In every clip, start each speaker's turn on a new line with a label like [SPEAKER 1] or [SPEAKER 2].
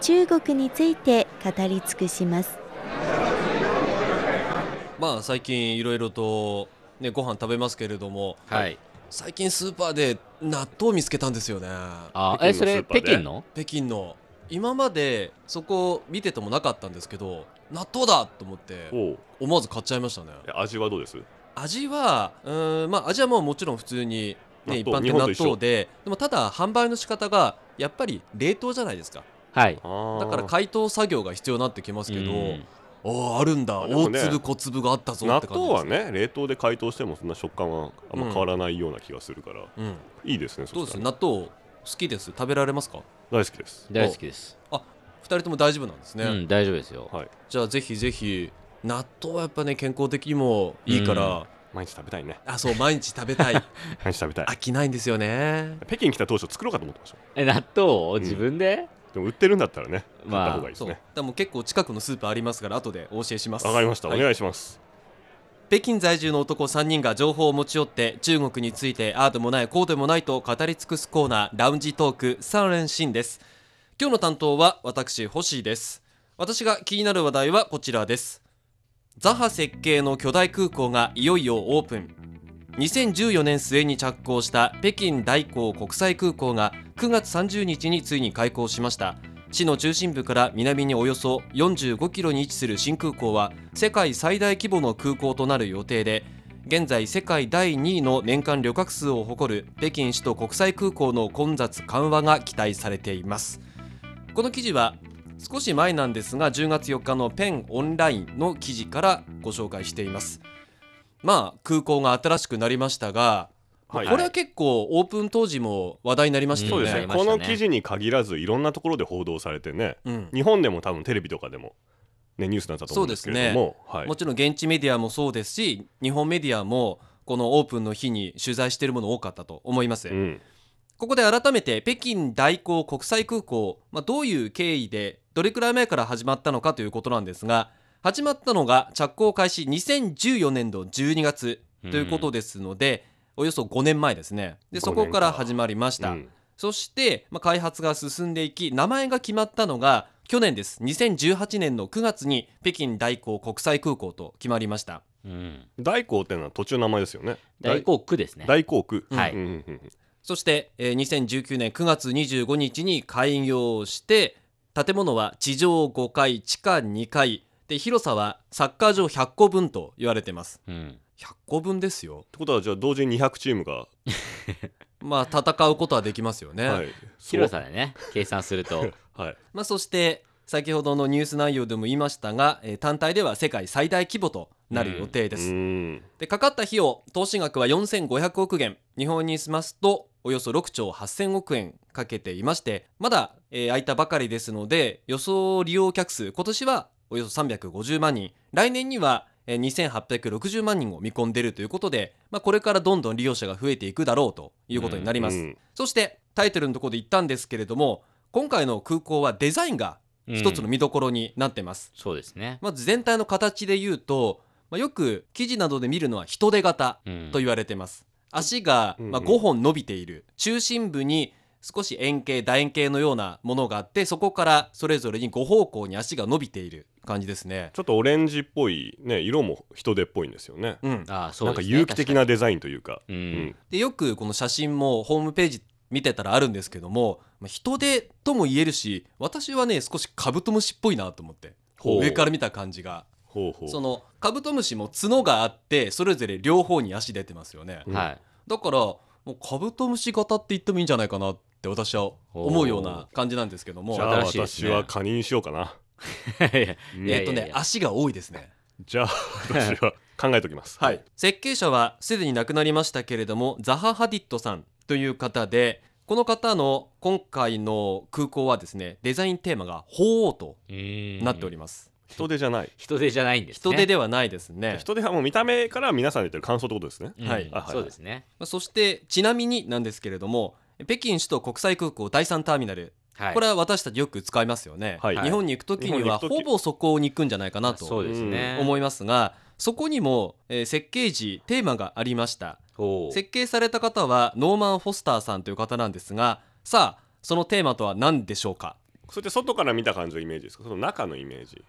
[SPEAKER 1] 中国について語り尽くします。
[SPEAKER 2] まあ最近いろいろとねご飯食べますけれども、
[SPEAKER 3] はい。
[SPEAKER 2] 最近スーパーで納豆を見つけたんですよね
[SPEAKER 3] あ、
[SPEAKER 4] 北京の
[SPEAKER 3] え、そ
[SPEAKER 4] ス
[SPEAKER 3] れ、
[SPEAKER 4] ーパー
[SPEAKER 3] 北
[SPEAKER 4] で
[SPEAKER 3] 京の
[SPEAKER 2] 北京の今までそこを見ててもなかったんですけど納豆だと思って
[SPEAKER 4] おう
[SPEAKER 2] 思わず買っちゃいましたね
[SPEAKER 4] え味はどうです
[SPEAKER 2] 味はうーんまあ味はもうもちろん普通に、ね、一般的
[SPEAKER 4] 納豆
[SPEAKER 2] な納
[SPEAKER 4] 日本と一緒
[SPEAKER 2] 豆ででもただ販売の仕方がやっぱり冷凍じゃないですか
[SPEAKER 3] はい。
[SPEAKER 2] だ
[SPEAKER 4] だ
[SPEAKER 2] から解凍作業が必要になってきますけど、
[SPEAKER 3] うん
[SPEAKER 2] あああるんだ、
[SPEAKER 4] あでも
[SPEAKER 2] 大
[SPEAKER 4] ね
[SPEAKER 2] 粒小粒があったぞっ
[SPEAKER 4] 納
[SPEAKER 2] て感じ
[SPEAKER 4] 豆は
[SPEAKER 2] ね、
[SPEAKER 4] ね冷凍で解凍してもそんな食感はあんま変わらないような気がするから、
[SPEAKER 2] うん、
[SPEAKER 4] いいですねそ
[SPEAKER 2] どう
[SPEAKER 4] し
[SPEAKER 2] で
[SPEAKER 4] た
[SPEAKER 2] す
[SPEAKER 4] ら
[SPEAKER 2] 納豆好きです食べられますか
[SPEAKER 4] 大好きです
[SPEAKER 3] 大好きです。
[SPEAKER 2] 2人とも大丈夫なんです
[SPEAKER 3] う
[SPEAKER 2] ね、
[SPEAKER 3] ん、大丈夫ですよ。
[SPEAKER 4] はい
[SPEAKER 2] じゃあぜひぜひ納豆はやっぱね健康的にもいいから、
[SPEAKER 4] 毎日食べたいね
[SPEAKER 2] あそう毎日食べたい
[SPEAKER 4] 毎日食べたい
[SPEAKER 2] 飽きないんですよね
[SPEAKER 4] 北京来た当初作ろうかと思ってました
[SPEAKER 3] え、納豆を自分で
[SPEAKER 4] でも売ってるんだったらね買っ
[SPEAKER 3] まあ
[SPEAKER 4] た方がいいです
[SPEAKER 2] そう
[SPEAKER 4] ね
[SPEAKER 2] でも結構近くのスーパーありますから後でお教えします
[SPEAKER 4] わかりました、
[SPEAKER 2] はい
[SPEAKER 4] お願いします
[SPEAKER 2] 北京在住の男3人が情報を持ち寄って中国についてああでもないこうでもないと語り尽くすコーナーラウンジトーク3連新です今日の担当は私星です私が気になる話題はこちらですザハ設計の巨大空港がいよいよオープン2014年末に着工した北京大港国際空港が9月30日についに開港しました市の中心部から南におよそ45キロに位置する新空港は世界最大規模の空港となる予定で現在世界第2位の年間旅客数を誇る北京首都国際空港の混雑緩和が期待されていますこの記事は少し前なんですが10月4日のペンオンラインの記事からご紹介していますまあ空港が新しくなりましたが、
[SPEAKER 4] はい
[SPEAKER 2] これは結構オープン当時も話題になりましたよ
[SPEAKER 4] そう
[SPEAKER 2] ね
[SPEAKER 4] ですね
[SPEAKER 3] うん
[SPEAKER 4] この記事に限らずいろんなところで報道されてね
[SPEAKER 2] うん
[SPEAKER 4] 日本でも多分テレビとかでも、ね、ニュースになったと思うんですけれども、はい
[SPEAKER 2] もちろん現地メディアもそうですし日本メディアもこのオープンの日に取材しているもの多かったと思います、
[SPEAKER 4] うん、
[SPEAKER 2] ここで改めて北京大港国際空港、まあ、どういう経緯でどれくらい前から始まったのかということなんですが始まったのが着工開始2014年度12月ということですので、およそ5年前ですねでそこから始まりました、
[SPEAKER 4] うん
[SPEAKER 2] そして、まあ、開発が進んでいき名前が決まったのが去年です2018年の9月に北京大港国際空港と決まりました
[SPEAKER 3] うん。
[SPEAKER 4] 大港ってのは途中の名前ですよね
[SPEAKER 3] 大航区ですね。
[SPEAKER 4] 大航区、
[SPEAKER 3] はい
[SPEAKER 4] うんうんうんうん
[SPEAKER 2] そして、えー2019年9月25日に開業して建物は地上5階地下2階で広さはサッカー場100個分と言われてます
[SPEAKER 3] うん。
[SPEAKER 2] 100個分ですよ
[SPEAKER 4] ってことはじゃあ同時に200チームが、
[SPEAKER 2] まあ戦うことはできますよね、
[SPEAKER 4] はい、
[SPEAKER 3] 広さでね、計算すると。
[SPEAKER 4] そう、はい、
[SPEAKER 2] まあ、そして先ほどのニュース内容でも言いましたが、えー単体では世界最大規模となる予定
[SPEAKER 4] う
[SPEAKER 2] です、
[SPEAKER 4] ん
[SPEAKER 2] でかかった費用投資額は4500億元日本にしますとおよそ6兆8000億円かけていましてまだ、えー空いたばかりですので予想利用客数今年はおよそ350万人来年にはえー2860万人を見込んでいるということで、まあ、これからどんどん利用者が増えていくだろうということになります、
[SPEAKER 4] うん
[SPEAKER 2] そしてタイトルのところで言ったんですけれども今回の空港はデザインが
[SPEAKER 3] うん
[SPEAKER 2] 一つの見どころになってます、
[SPEAKER 3] そうですね。
[SPEAKER 2] まず全体の形で言うと、まあ、よく記事などで見るのは人手型
[SPEAKER 3] うん
[SPEAKER 2] と言われてます足が、
[SPEAKER 4] うんうん
[SPEAKER 2] まあ、5本伸びている中心部に少し円形楕円形のようなものがあってそこからそれぞれに5方向に足が伸びている感じですね
[SPEAKER 4] ちょっとオレンジっぽい、ね、色も人手っぽいんですよね。
[SPEAKER 2] うん
[SPEAKER 3] あ、そ
[SPEAKER 4] な
[SPEAKER 3] うん
[SPEAKER 4] か
[SPEAKER 3] ですね。
[SPEAKER 4] 有機的なデザインというか。
[SPEAKER 3] 確か
[SPEAKER 4] う
[SPEAKER 3] に。うん。
[SPEAKER 4] ん
[SPEAKER 2] でよくこの写真もホームページ見てたらあるんですけども、まあ、人手とも言えるし私はね少しカブトムシっぽいなと思って
[SPEAKER 4] ほう
[SPEAKER 2] 上から見た感じが
[SPEAKER 4] ほうほう
[SPEAKER 2] そのカブトムシも角があってそれぞれ両方に足出てますよね、
[SPEAKER 4] うん
[SPEAKER 3] はい。
[SPEAKER 2] だからもうカブトムシ型って言ってもいいんじゃないかなって私は思うような感じなんですけども
[SPEAKER 4] じゃあ
[SPEAKER 3] 新しいです
[SPEAKER 4] 私
[SPEAKER 3] ね
[SPEAKER 4] はカニにしようかな。
[SPEAKER 3] いや
[SPEAKER 2] えっと
[SPEAKER 3] いや
[SPEAKER 2] ね
[SPEAKER 3] いや
[SPEAKER 2] 足が多いですね
[SPEAKER 4] じゃあ私は考えときます。
[SPEAKER 2] はい、設計者はすでに亡くなりましたけれどもザハ・ハディットさんという方でこの方の今回の空港はですねデザインテーマが「鳳凰」と
[SPEAKER 3] うん
[SPEAKER 2] なっております、
[SPEAKER 4] 人手じゃない
[SPEAKER 3] 人手じゃないんです、ね。
[SPEAKER 2] 人手ではないですね。
[SPEAKER 4] 人手はもう見た目から皆さんで言ってる感想ってことですね、
[SPEAKER 3] うん
[SPEAKER 2] はい
[SPEAKER 4] あはい
[SPEAKER 3] そうですね。
[SPEAKER 2] まあそしてちなみになんですけれども北京首都国際空港第3ターミナル、
[SPEAKER 3] はい。
[SPEAKER 2] これは私たちよく使いますよね、
[SPEAKER 4] はい
[SPEAKER 2] 日本に行く時に
[SPEAKER 4] 日本に
[SPEAKER 2] は
[SPEAKER 4] 行く時
[SPEAKER 2] ほぼそこに行くんじゃないかな
[SPEAKER 3] そ
[SPEAKER 2] と
[SPEAKER 3] うですね。
[SPEAKER 2] 思いますがそこにも、えー設計時テーマがありました
[SPEAKER 3] ほう
[SPEAKER 2] 設計された方はノーマン・フォスターさんという方なんですがさあそのテーマとは何でしょうか
[SPEAKER 4] それって外から見た感じのイメージですかその中のイメージ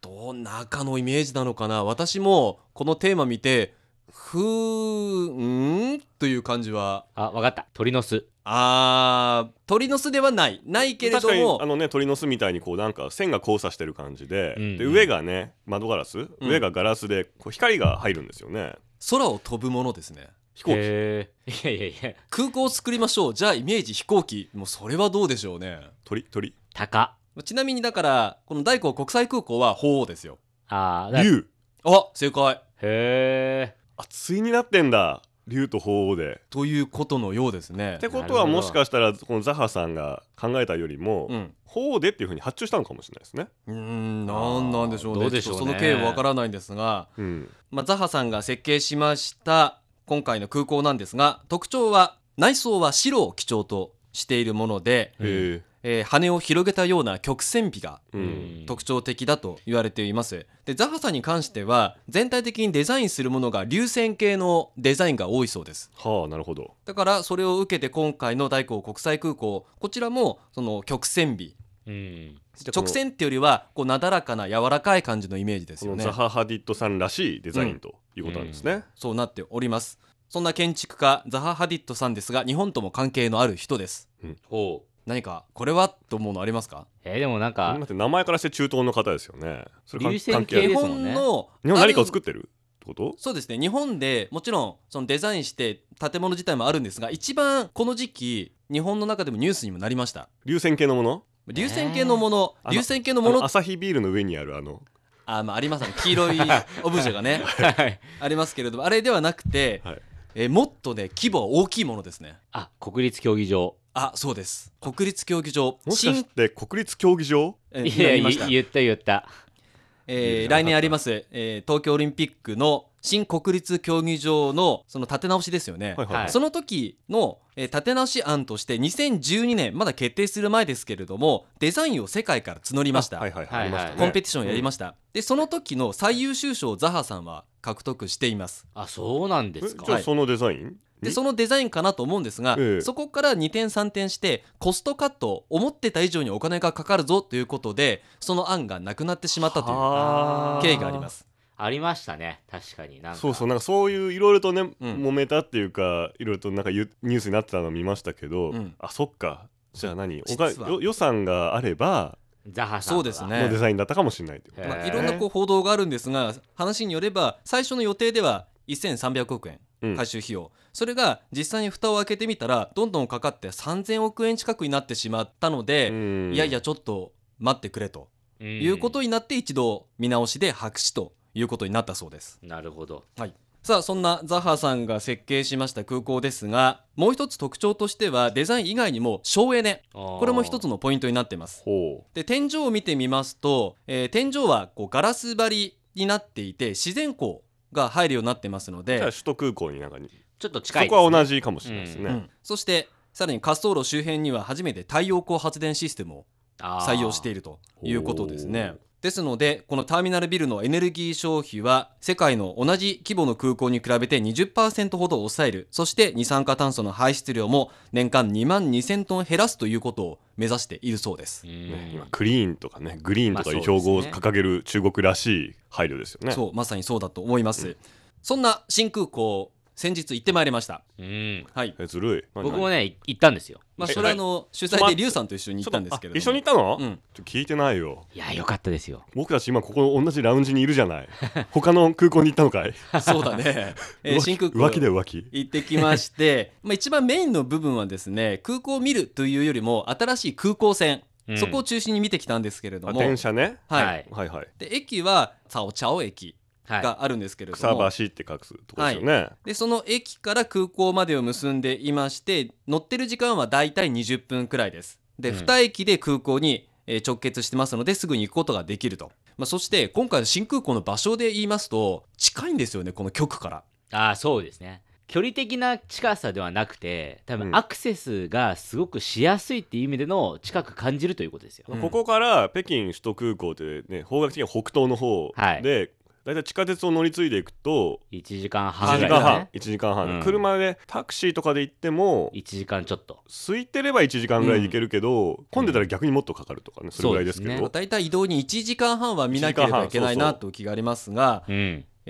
[SPEAKER 2] どんな赤のイメージなのかな私もこのテーマ見てふーんという感じは
[SPEAKER 3] あ、わかった。鳥の巣。
[SPEAKER 2] あー鳥の巣ではないないけれ
[SPEAKER 4] 確
[SPEAKER 2] ど
[SPEAKER 4] かに
[SPEAKER 2] も
[SPEAKER 4] あのね鳥の巣みたいにこうなんか線が交差してる感じで,、
[SPEAKER 3] うんうん
[SPEAKER 4] で上がね窓ガラス、
[SPEAKER 2] ん
[SPEAKER 4] 上がガラスでこう光が入るんですよね
[SPEAKER 2] 空を飛ぶものですね
[SPEAKER 4] 飛行機、
[SPEAKER 3] へーいやいやいや。
[SPEAKER 2] 空港を作りましょうじゃあイメージ飛行機もうそれはどうでしょうね
[SPEAKER 4] 鳥鳥
[SPEAKER 3] 鷹。
[SPEAKER 2] ちなみにだからこの大港国際空港は鳳凰ですよ
[SPEAKER 3] あーだ
[SPEAKER 4] 竜
[SPEAKER 2] あ正解
[SPEAKER 3] へえ。
[SPEAKER 4] あついになってんだ竜と鳳凰で。
[SPEAKER 2] ということのようですね
[SPEAKER 4] ってこと
[SPEAKER 3] なる
[SPEAKER 4] は
[SPEAKER 3] ほど
[SPEAKER 4] もしかしたらこのザハさんが考えたよりも、
[SPEAKER 2] うん
[SPEAKER 4] 鳳凰でっていうふうに発注したのかもしれないですね。
[SPEAKER 2] うーんなんなんでしょうね
[SPEAKER 3] どうでしょうね
[SPEAKER 2] ちっとその経緯はわからないんですが、
[SPEAKER 4] うん、
[SPEAKER 2] まあ、ザハさんが設計しました今回の空港なんですが特徴は内装は白を基調としているもので、
[SPEAKER 4] へえ、
[SPEAKER 2] えー羽を広げたような曲線美が
[SPEAKER 4] う
[SPEAKER 3] うんん
[SPEAKER 2] 特徴的だと言われていますでザハさんに関しては全体的にデザインするものが流線形のデザインが多いそうです
[SPEAKER 4] はあなるほど。
[SPEAKER 2] だからそれを受けて今回の大港国際空港こちらもその曲線美
[SPEAKER 3] うん。
[SPEAKER 2] 直線っていうよりはこうなだらかな柔らかい感じのイメージです
[SPEAKER 4] こ
[SPEAKER 2] よ
[SPEAKER 4] の
[SPEAKER 2] ね
[SPEAKER 4] ザハ・ハディットさんらしいデザインということなんですね。
[SPEAKER 2] そうなっておりますそんな建築家ザハ・ハディットさんですが日本とも関係のある人です
[SPEAKER 3] ほう。
[SPEAKER 2] 何かこれはと思うのありますか
[SPEAKER 3] えーでもなん
[SPEAKER 4] だ
[SPEAKER 3] か
[SPEAKER 4] って名前からして中東の方ですよね。それ関
[SPEAKER 3] 流線
[SPEAKER 4] 関係あ
[SPEAKER 3] 系
[SPEAKER 4] る
[SPEAKER 2] 日
[SPEAKER 3] ですもん
[SPEAKER 2] 本
[SPEAKER 3] ね
[SPEAKER 2] の
[SPEAKER 4] 日本何かを作
[SPEAKER 2] っ
[SPEAKER 4] ってるってこと
[SPEAKER 2] そうですね日本でもちろんそのデザインして建物自体もあるんですが一番この時期日本の中でもニュースにもなりました
[SPEAKER 4] 流線系のもの
[SPEAKER 2] 流線系のもの、
[SPEAKER 4] あの
[SPEAKER 2] 流線系
[SPEAKER 4] あ
[SPEAKER 2] のもの
[SPEAKER 4] のアサヒビールの上にあるあの、
[SPEAKER 2] あまあありますね黄色いオブジェが ね
[SPEAKER 3] はい
[SPEAKER 2] ありますけれどもあれではなくて、
[SPEAKER 4] はい
[SPEAKER 2] えーもっとね規模は大きいものですね
[SPEAKER 3] あ国立競技場
[SPEAKER 2] あそうです国立競技場
[SPEAKER 4] もしか
[SPEAKER 2] 新
[SPEAKER 4] して国立競技場
[SPEAKER 2] えー
[SPEAKER 3] い
[SPEAKER 2] 今言い
[SPEAKER 3] やいや
[SPEAKER 2] ました
[SPEAKER 3] 言った言った
[SPEAKER 2] えー来年あります、えー東京オリンピックの新国立競技場のその立て直しですよね、
[SPEAKER 4] はいはい、
[SPEAKER 3] はい
[SPEAKER 2] その時の、えー立て直し案として2012年まだ決定する前ですけれどもデザインを世界から募りました、
[SPEAKER 4] はいはい
[SPEAKER 3] はい
[SPEAKER 4] ありましたね
[SPEAKER 2] コンペティションをやりました、でその時の最優秀賞をザハさんは獲得しています
[SPEAKER 3] あそうなんです
[SPEAKER 4] え
[SPEAKER 3] か
[SPEAKER 4] じゃあそのデザイン
[SPEAKER 2] で
[SPEAKER 4] に
[SPEAKER 2] そのデザインかなと思うんですが、
[SPEAKER 4] ええ
[SPEAKER 2] そこから2点3点してコストカット思ってた以上にお金がかかるぞということでその案がなくなってしまったという
[SPEAKER 4] はあ
[SPEAKER 2] 経緯があります
[SPEAKER 3] ありましたね確かになんか
[SPEAKER 4] そうそうなんかそういういろいろとね、
[SPEAKER 2] ん
[SPEAKER 4] 揉めたっていうかいろいろとなんかゆニュースになってたの見ましたけど、
[SPEAKER 2] うん
[SPEAKER 4] あそっかじゃあ何お
[SPEAKER 2] 実は
[SPEAKER 4] かよ予算があれば
[SPEAKER 3] ザハさん
[SPEAKER 2] そ
[SPEAKER 3] とか
[SPEAKER 2] うですねええ
[SPEAKER 4] のデザインだったかもしれないってこと、
[SPEAKER 3] へ
[SPEAKER 2] まあ、
[SPEAKER 3] え
[SPEAKER 2] いろんなこう報道があるんですが話によれば最初の予定では1300億円
[SPEAKER 4] うん
[SPEAKER 2] 回収費用、それが実際に蓋を開けてみたらどんどんかかって3000億円近くになってしまったので、
[SPEAKER 4] うん
[SPEAKER 2] いやいやちょっと待ってくれと
[SPEAKER 3] うん
[SPEAKER 2] いうことになって一度見直しで白紙ということになったそうです。
[SPEAKER 3] なるほど
[SPEAKER 2] さあそんなザハさんが設計しました空港ですがもう一つ特徴としてはデザイン以外にも省エネ
[SPEAKER 3] こ
[SPEAKER 2] これも一つのポイントになってます
[SPEAKER 4] ほ
[SPEAKER 2] で天井を見てみますと、えー天井はこうガラス張りになっていて自然光が入るようになってますの
[SPEAKER 4] うじゃあ
[SPEAKER 2] で、
[SPEAKER 4] 首都空港に中に、
[SPEAKER 3] ちょっと
[SPEAKER 4] そ
[SPEAKER 3] 近い
[SPEAKER 4] こは
[SPEAKER 3] ですね
[SPEAKER 4] 同じかもしれないです
[SPEAKER 2] う
[SPEAKER 4] ね、
[SPEAKER 2] ん、そしてさらに滑走路周辺には初めて太陽光発電システムを
[SPEAKER 3] あー
[SPEAKER 2] 採用しているということですね
[SPEAKER 4] ほう。
[SPEAKER 2] ですのでこのターミナルビルのエネルギー消費は世界の同じ規模の空港に比べて20%ほど抑えるそして二酸化炭素の排出量も年間2万2000トン減らすということを目指しているそうです。
[SPEAKER 3] うん
[SPEAKER 4] ね今クリーンとかねグリーンとかいう標語
[SPEAKER 3] まあそ
[SPEAKER 4] を
[SPEAKER 3] うですね
[SPEAKER 4] 掲げる中国らしい配慮ですよね、
[SPEAKER 2] そうまさにそうだと思います、そんな新空港先日行ってまいりました
[SPEAKER 3] うん
[SPEAKER 2] はい、
[SPEAKER 4] えずるい何
[SPEAKER 3] 僕もねい行ったんですよ
[SPEAKER 2] まあ、
[SPEAKER 4] え
[SPEAKER 2] それはあの取材
[SPEAKER 4] ちょっと待
[SPEAKER 2] で
[SPEAKER 4] って
[SPEAKER 2] リュウさんと一緒に行ったんですけれども
[SPEAKER 4] あ一緒に行ったの、
[SPEAKER 2] うん
[SPEAKER 4] ちょっと聞いてないよ
[SPEAKER 3] いやよかったですよ
[SPEAKER 4] 僕たち今ここ同じラウンジにいるじゃない他の空港に行ったのかい、
[SPEAKER 2] そうだ ね、えー
[SPEAKER 4] 浮気
[SPEAKER 2] 新空港
[SPEAKER 4] 浮気だよ浮気
[SPEAKER 2] 行ってきま して、まあ、一番メインの部分はですね空港を見るというよりも新しい空港線、
[SPEAKER 3] うん
[SPEAKER 2] そこを中心に見てきたんですけれど
[SPEAKER 4] あ
[SPEAKER 2] も、
[SPEAKER 4] 電車ね
[SPEAKER 2] はい
[SPEAKER 3] はい
[SPEAKER 4] はいはい
[SPEAKER 2] で駅はサオチャオ駅
[SPEAKER 3] はい
[SPEAKER 2] があるんですけれど
[SPEAKER 4] 草
[SPEAKER 2] も、
[SPEAKER 4] 橋って書くとこですよね、
[SPEAKER 2] でその駅から空港までを結んでいまして乗ってる時間はだいたい20分くらいですで、
[SPEAKER 3] うん
[SPEAKER 2] 2駅で空港にえー直結してますのですぐに行くことができるとまあ、そして今回の新空港の場所で言いますと近いんですよねこの局から
[SPEAKER 3] ああそうですね距離的な近さではなくて多
[SPEAKER 4] う
[SPEAKER 3] 分
[SPEAKER 4] ん
[SPEAKER 3] アクセスがすごくしやすいっていう意味での近く感じるということですよ、
[SPEAKER 2] うん
[SPEAKER 4] ここから北京首都空港ってね方角的には北東の方
[SPEAKER 3] はい
[SPEAKER 4] で、だいたい地下鉄を乗り継いでいくと
[SPEAKER 3] 1時間半
[SPEAKER 4] 1
[SPEAKER 3] ぐらい
[SPEAKER 4] 時
[SPEAKER 3] で
[SPEAKER 4] 間
[SPEAKER 3] す
[SPEAKER 4] 半
[SPEAKER 3] ね
[SPEAKER 4] 1時間半、
[SPEAKER 3] うん
[SPEAKER 4] 車でタクシーとかで行っても
[SPEAKER 3] 1時間ちょっと
[SPEAKER 4] 空いてれば1時間ぐらいで行けるけど、混んでたら逆にもっとかかるとかねそれぐらいですけ
[SPEAKER 3] そう
[SPEAKER 4] ど
[SPEAKER 3] です
[SPEAKER 2] まあ、大体移動に1時間半は見なければいけないなという気がありますが、
[SPEAKER 3] うん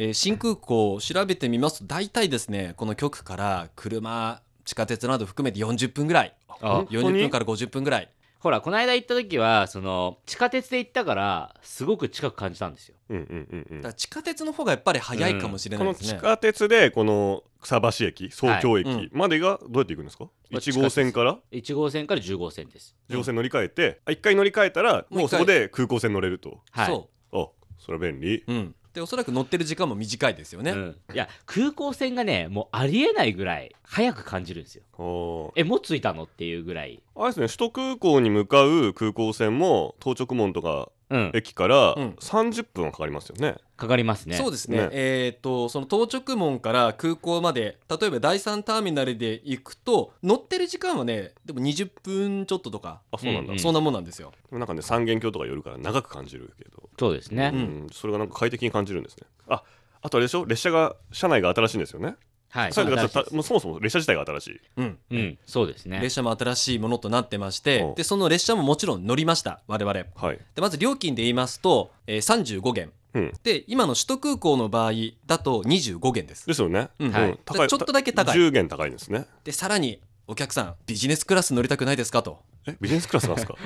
[SPEAKER 2] えー新空港を調べてみますと大体ですねこの局から車地下鉄など含めて40分ぐらい
[SPEAKER 3] あ
[SPEAKER 4] 本当
[SPEAKER 2] 40
[SPEAKER 4] に
[SPEAKER 2] 分から50分ぐらい
[SPEAKER 3] ほらこの間行った時はその地下鉄で行ったからすごく近く感じたんですよ
[SPEAKER 4] うんうんうんうん
[SPEAKER 2] だから地下鉄の方がやっぱり早いかもしれ
[SPEAKER 4] こ
[SPEAKER 2] ない
[SPEAKER 4] の
[SPEAKER 2] です
[SPEAKER 4] 地
[SPEAKER 2] ね、
[SPEAKER 4] 下鉄でこの草橋駅早京
[SPEAKER 2] はいうん
[SPEAKER 4] 駅までがどうやって行くんですか、
[SPEAKER 3] まあ
[SPEAKER 4] 1号線から
[SPEAKER 3] 1号線から10号線です
[SPEAKER 4] 乗線乗り換えて、あ1回乗り換えたら
[SPEAKER 2] もう
[SPEAKER 4] も
[SPEAKER 2] 一
[SPEAKER 4] うそ
[SPEAKER 2] 回
[SPEAKER 4] こで空港線乗れると
[SPEAKER 3] はい
[SPEAKER 2] そ
[SPEAKER 4] あそれは便利
[SPEAKER 2] う、うん、でおそらく乗ってる時間も短いですよね、
[SPEAKER 3] うん、いや空港線がねもうありえないぐらい早く感じるんですよ
[SPEAKER 4] あー
[SPEAKER 3] えもう着いたのっていうぐらい、
[SPEAKER 4] あれですね首都空港に向かう空港線も当直門とか
[SPEAKER 3] うん、
[SPEAKER 4] 駅から
[SPEAKER 2] うん
[SPEAKER 4] 30分はかかりますよね、
[SPEAKER 3] かかりますね
[SPEAKER 2] そうですね
[SPEAKER 4] ね
[SPEAKER 2] えっ、とその当直門から空港まで例えば第3ターミナルで行くと乗ってる時間はねでも20分ちょっととか、
[SPEAKER 4] あそうなんだ、
[SPEAKER 3] うん
[SPEAKER 2] そんなもんなんですよ
[SPEAKER 4] でもなんかね三元橋とか寄るから長く感じるけど、
[SPEAKER 3] そうですね、
[SPEAKER 2] うん
[SPEAKER 4] うんそれがなんか快適に感じるんですねああとあれでしょ列車が車内が新しいんですよね、
[SPEAKER 3] はい
[SPEAKER 4] それが
[SPEAKER 3] 新しい
[SPEAKER 4] た
[SPEAKER 3] です
[SPEAKER 4] もうそもそも列車自体が新しい
[SPEAKER 2] うん
[SPEAKER 3] うんそうですね
[SPEAKER 2] 列車も新しいものとなってまして、
[SPEAKER 4] うん
[SPEAKER 2] でその列車ももちろん乗りました我々で
[SPEAKER 4] はい
[SPEAKER 2] まず料金で言いますと、えー、35元、
[SPEAKER 4] うん
[SPEAKER 2] で今の首都空港の場合だと25元です
[SPEAKER 4] ですよね、
[SPEAKER 2] うん
[SPEAKER 3] はい
[SPEAKER 4] うん高い
[SPEAKER 2] ちょっとだけ高い
[SPEAKER 4] 10元高いんですね
[SPEAKER 2] でさらにお客さんビジネスクラス乗りたくないですかと
[SPEAKER 4] えビジネスクラスなんですか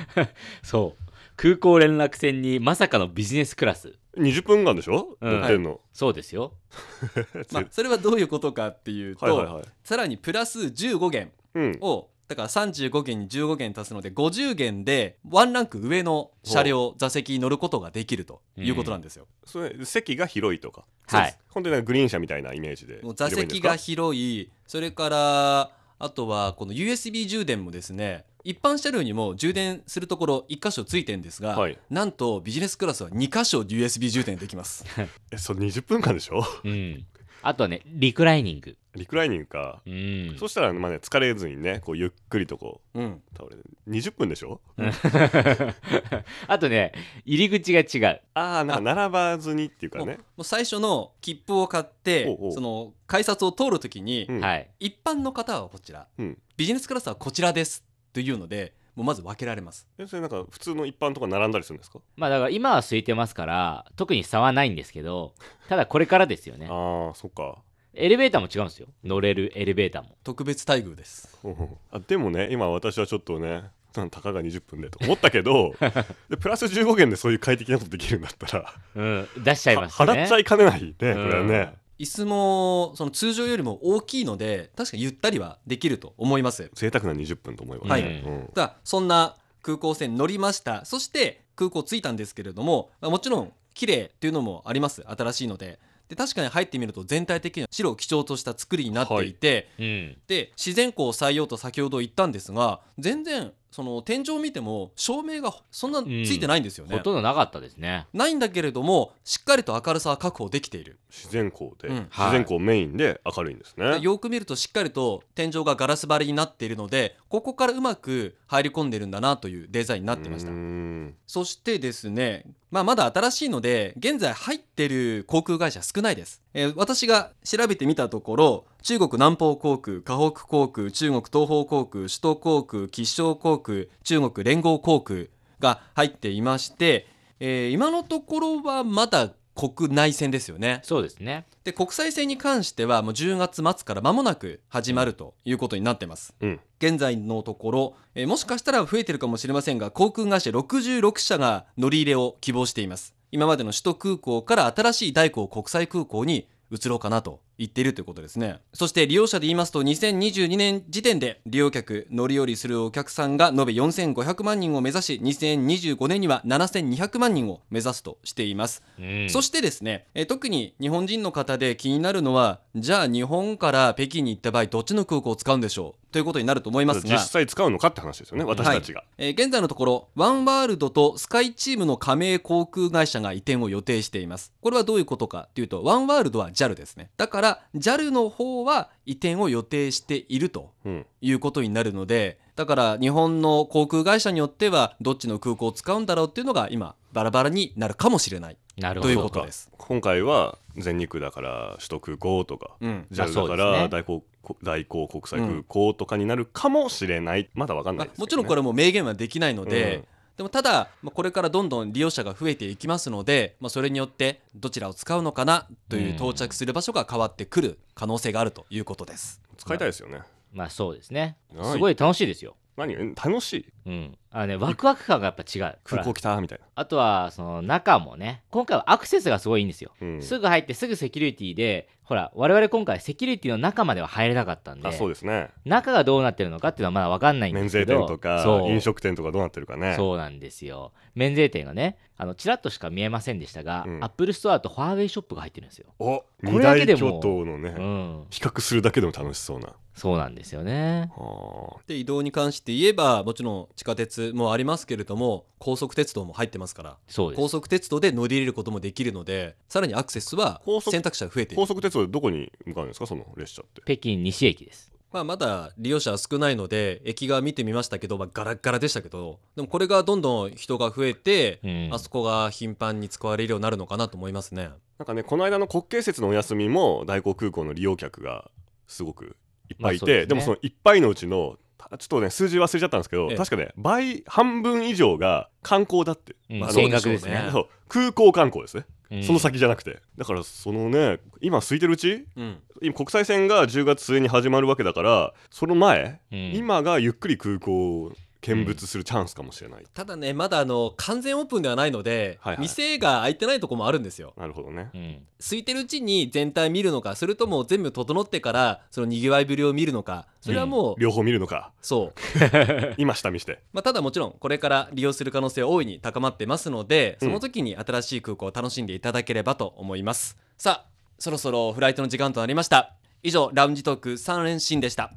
[SPEAKER 3] そう空港連絡船にまさかのビジネスクラス
[SPEAKER 4] 20分間でしょ、
[SPEAKER 3] うん
[SPEAKER 4] 乗ってんの、
[SPEAKER 3] そうですよ
[SPEAKER 2] まあ、それはどういうことかっていうと、
[SPEAKER 4] はいはいはい
[SPEAKER 2] さらにプラス15元
[SPEAKER 4] うん
[SPEAKER 2] をだから35元に15元足すので50元でワンランク上の車両座席に乗ることができるということなんですよ。
[SPEAKER 4] それ席が広いとか
[SPEAKER 3] はい
[SPEAKER 4] 本当になんかグリーン車みたいなイメージで
[SPEAKER 2] もう座席が
[SPEAKER 4] 広
[SPEAKER 2] 広いそれからあとはこの USB 充電もですね一般車両にも充電するところ1箇所ついてんですが、
[SPEAKER 4] はい
[SPEAKER 2] なんとビジネスクラスは2箇所 USB 充電できます。
[SPEAKER 4] えそう20分間でしょ
[SPEAKER 3] うんあとはねリクライニング
[SPEAKER 4] リクライニングか、
[SPEAKER 3] うん
[SPEAKER 4] そしたらまあね疲れずにねこうゆっくりとこ
[SPEAKER 2] うん、
[SPEAKER 4] う倒れて20分でしょ
[SPEAKER 3] あとね入り口が違う
[SPEAKER 4] ああなんか並ばずにっていうか
[SPEAKER 2] もう
[SPEAKER 4] ね
[SPEAKER 2] もう最初の切符を買って
[SPEAKER 4] おうおう
[SPEAKER 2] その改札を通るときに、
[SPEAKER 4] うん
[SPEAKER 3] はい
[SPEAKER 2] 一般の方はこちら、
[SPEAKER 4] うん
[SPEAKER 2] ビジネスクラスはこちらですというのでもうまず分けられます
[SPEAKER 4] えそれなんか普通の一般とか並んだりするんですか
[SPEAKER 3] まあだから今は空いてますから特に差はないんですけどただこれからですよね
[SPEAKER 4] ああそっか
[SPEAKER 3] エレベーターも違うんですよ乗れるエレベーターも
[SPEAKER 2] 特別待遇です
[SPEAKER 4] うんうんあでもね今私はちょっとねなんたかが20分でと思った けどでプラス15元でそういう快適なことできるんだったら、
[SPEAKER 3] うん出しちゃい
[SPEAKER 4] は
[SPEAKER 3] ましたね
[SPEAKER 4] 払っちゃいかねないねこれはね
[SPEAKER 2] 椅子もその通常よりも大きいので確かにゆったりはできると思います
[SPEAKER 4] 贅沢な20分と思えばね、
[SPEAKER 2] はい
[SPEAKER 4] うん
[SPEAKER 2] ただそんな空港線乗りましたそして空港着いたんですけれどもまあもちろん綺麗っていうのもあります新しいのでで確かに入ってみると全体的には白を基調とした作りになっていて、
[SPEAKER 3] うん
[SPEAKER 2] で自然光を採用と先ほど言ったんですが全然その天井を見ても照明がそんなついてないんですよね、
[SPEAKER 3] ほとんどなかったですね
[SPEAKER 2] ないんだけれどもしっかりと明るさは確保できている
[SPEAKER 4] 自然光で、
[SPEAKER 2] うん
[SPEAKER 4] 自然光メインで明るいんですね、
[SPEAKER 2] よく見るとしっかりと天井がガラス張りになっているのでここからうまく入り込んでるんだなというデザインになってました
[SPEAKER 4] うーん
[SPEAKER 2] そしてですね、まあ、まだ新しいので現在入ってる航空会社少ないです、えー私が調べてみたところ中国南方航空河北航空中国東方航空首都航空吉祥航空中国連合航空が入っていまして、えー今のところはまだ国内線ですよね
[SPEAKER 3] そうですね
[SPEAKER 2] で国際線に関してはもう10月末から間もなく始まるということになってます、
[SPEAKER 4] うん
[SPEAKER 2] 現在のところ、えーもしかしたら増えてるかもしれませんが航空会社66社が乗り入れを希望しています今までの首都空港から新しい大港国際空港に移ろうかなとい行っているということですねそして利用者で言いますと2022年時点で利用客乗り降りするお客さんが延べ4500万人を目指し2025年には7200万人を目指すとしています
[SPEAKER 3] うん
[SPEAKER 2] そしてですね、えー特に日本人の方で気になるのは、じゃあ日本から北京に行った場合、どっちの空港を使うんでしょうということになると思いますが、
[SPEAKER 4] 実際使うのかって話ですよね私たちが、
[SPEAKER 2] えー現在のところ、ワンワールドとスカイチームの加盟航空会社が移転を予定しています。これはどういうことかというと、ワンワールドは JAL ですね。だから、JAL の方は移転を予定していると
[SPEAKER 4] うん
[SPEAKER 2] いうことになるのでだから日本の航空会社によってはどっちの空港を使うんだろうっていうのが今バラバラになるかもしれない
[SPEAKER 3] なるほ
[SPEAKER 2] とい
[SPEAKER 3] ど
[SPEAKER 2] うことです。
[SPEAKER 4] 今回は全日空だから首都空港とか
[SPEAKER 2] うん、
[SPEAKER 4] JAL
[SPEAKER 3] まあそ
[SPEAKER 4] だ
[SPEAKER 3] う
[SPEAKER 4] か
[SPEAKER 3] ですね
[SPEAKER 4] ら大航大航国際空港とかになるかもしれない、まだわかんな
[SPEAKER 2] ま
[SPEAKER 4] い
[SPEAKER 2] あ
[SPEAKER 4] ですけどね、
[SPEAKER 2] もちろんこれはもう明言はできないので、
[SPEAKER 4] うん
[SPEAKER 2] でもただ、まあ、これからどんどん利用者が増えていきますので、まあ、それによってどちらを使うのかなという
[SPEAKER 3] うん
[SPEAKER 2] 到着する場所が変わってくる可能性があるということです。
[SPEAKER 4] 使いたいですよね
[SPEAKER 3] まあそうですね
[SPEAKER 4] はい
[SPEAKER 3] すごい楽しいですよ
[SPEAKER 4] 何うん楽しい
[SPEAKER 3] うんあのねワクワク感がやっぱ違う
[SPEAKER 4] 空港
[SPEAKER 3] ほら
[SPEAKER 4] 来たみたいな、
[SPEAKER 3] あとはその中もね今回はアクセスがすごいいいんですよ
[SPEAKER 4] うん
[SPEAKER 3] すぐ入ってすぐセキュリティでほら我々今回セキュリティの中までは入れなかったんで
[SPEAKER 4] あそうですね
[SPEAKER 3] 中がどうなってるのかっていうのはまだ分かんないんで
[SPEAKER 4] 免
[SPEAKER 3] すけ
[SPEAKER 4] 税
[SPEAKER 3] ど
[SPEAKER 4] 店とか
[SPEAKER 3] そう
[SPEAKER 4] 飲食店とかどうなってるかね
[SPEAKER 3] そうなんですよ免税店がねあのちらっとしか見えませんでしたが、
[SPEAKER 4] うん
[SPEAKER 3] アップルストアとファーウェイショップが入ってるんですよ、
[SPEAKER 4] お
[SPEAKER 3] れ
[SPEAKER 4] 二
[SPEAKER 3] だ
[SPEAKER 4] 大
[SPEAKER 3] けで
[SPEAKER 4] 巨
[SPEAKER 3] も
[SPEAKER 4] 頭のね、
[SPEAKER 3] うん
[SPEAKER 4] 比較するだけでも楽しそうな
[SPEAKER 3] そうなんですよね
[SPEAKER 4] あー
[SPEAKER 2] で移動に関して言えばもちろん地下鉄もありますけれども高速鉄道も入ってますから
[SPEAKER 3] そうで
[SPEAKER 2] 高
[SPEAKER 3] す
[SPEAKER 2] 速鉄道で乗り入れることもできるのでさらにアクセスは
[SPEAKER 4] 高速
[SPEAKER 2] 選択肢が増えている
[SPEAKER 4] 高、速鉄道でどこに向かうんですかその列車って
[SPEAKER 3] 北京西駅です
[SPEAKER 2] まあ、まだ利用者は少ないので駅側見てみましたけど、まあ、ガラッガラでしたけどでもこれがどんどん人が増えて、
[SPEAKER 3] うん
[SPEAKER 2] あそこが頻繁に使われるようになるのかなと思いますね。
[SPEAKER 4] なんかねこの間の国慶節のお休みも大港空港の利用客がすごくいっぱい
[SPEAKER 3] まあ
[SPEAKER 4] いて、
[SPEAKER 3] そうです
[SPEAKER 4] で
[SPEAKER 3] ね
[SPEAKER 4] もそのいっぱいのうちのたちょっとね数字忘れちゃったんですけど
[SPEAKER 2] ええ
[SPEAKER 4] 確かね倍半分以上が観光だって、
[SPEAKER 3] うん
[SPEAKER 2] まあ
[SPEAKER 3] 見学です
[SPEAKER 2] そうでしょう
[SPEAKER 3] ね
[SPEAKER 4] そう空港観光ですね、
[SPEAKER 3] うん
[SPEAKER 4] その先じゃなくてだからそのね今空いてるうち
[SPEAKER 2] うん、
[SPEAKER 4] 今国際線が10月末に始まるわけだからその前、
[SPEAKER 3] うん
[SPEAKER 4] 今がゆっくり空港を見物するチャンスかもしれない、
[SPEAKER 2] ただねまだあの完全オープンではないので、
[SPEAKER 4] はいはい
[SPEAKER 2] 店が開いてないとこもあるんですよ
[SPEAKER 4] なるほどね
[SPEAKER 3] うん
[SPEAKER 2] 空いてるうちに全体見るのかそれとも全部整ってからそのにぎわいぶりを見るのかそれはもう、
[SPEAKER 4] 両方見る のか
[SPEAKER 2] そう、
[SPEAKER 4] 今下見して
[SPEAKER 2] まあ、ただもちろんこれから利用する可能性は大いに高まってますので
[SPEAKER 4] うん
[SPEAKER 2] その時に新しい空港を楽しんでいただければと思います、さあそろそろフライトの時間となりました以上ラウンジトーク3連新でした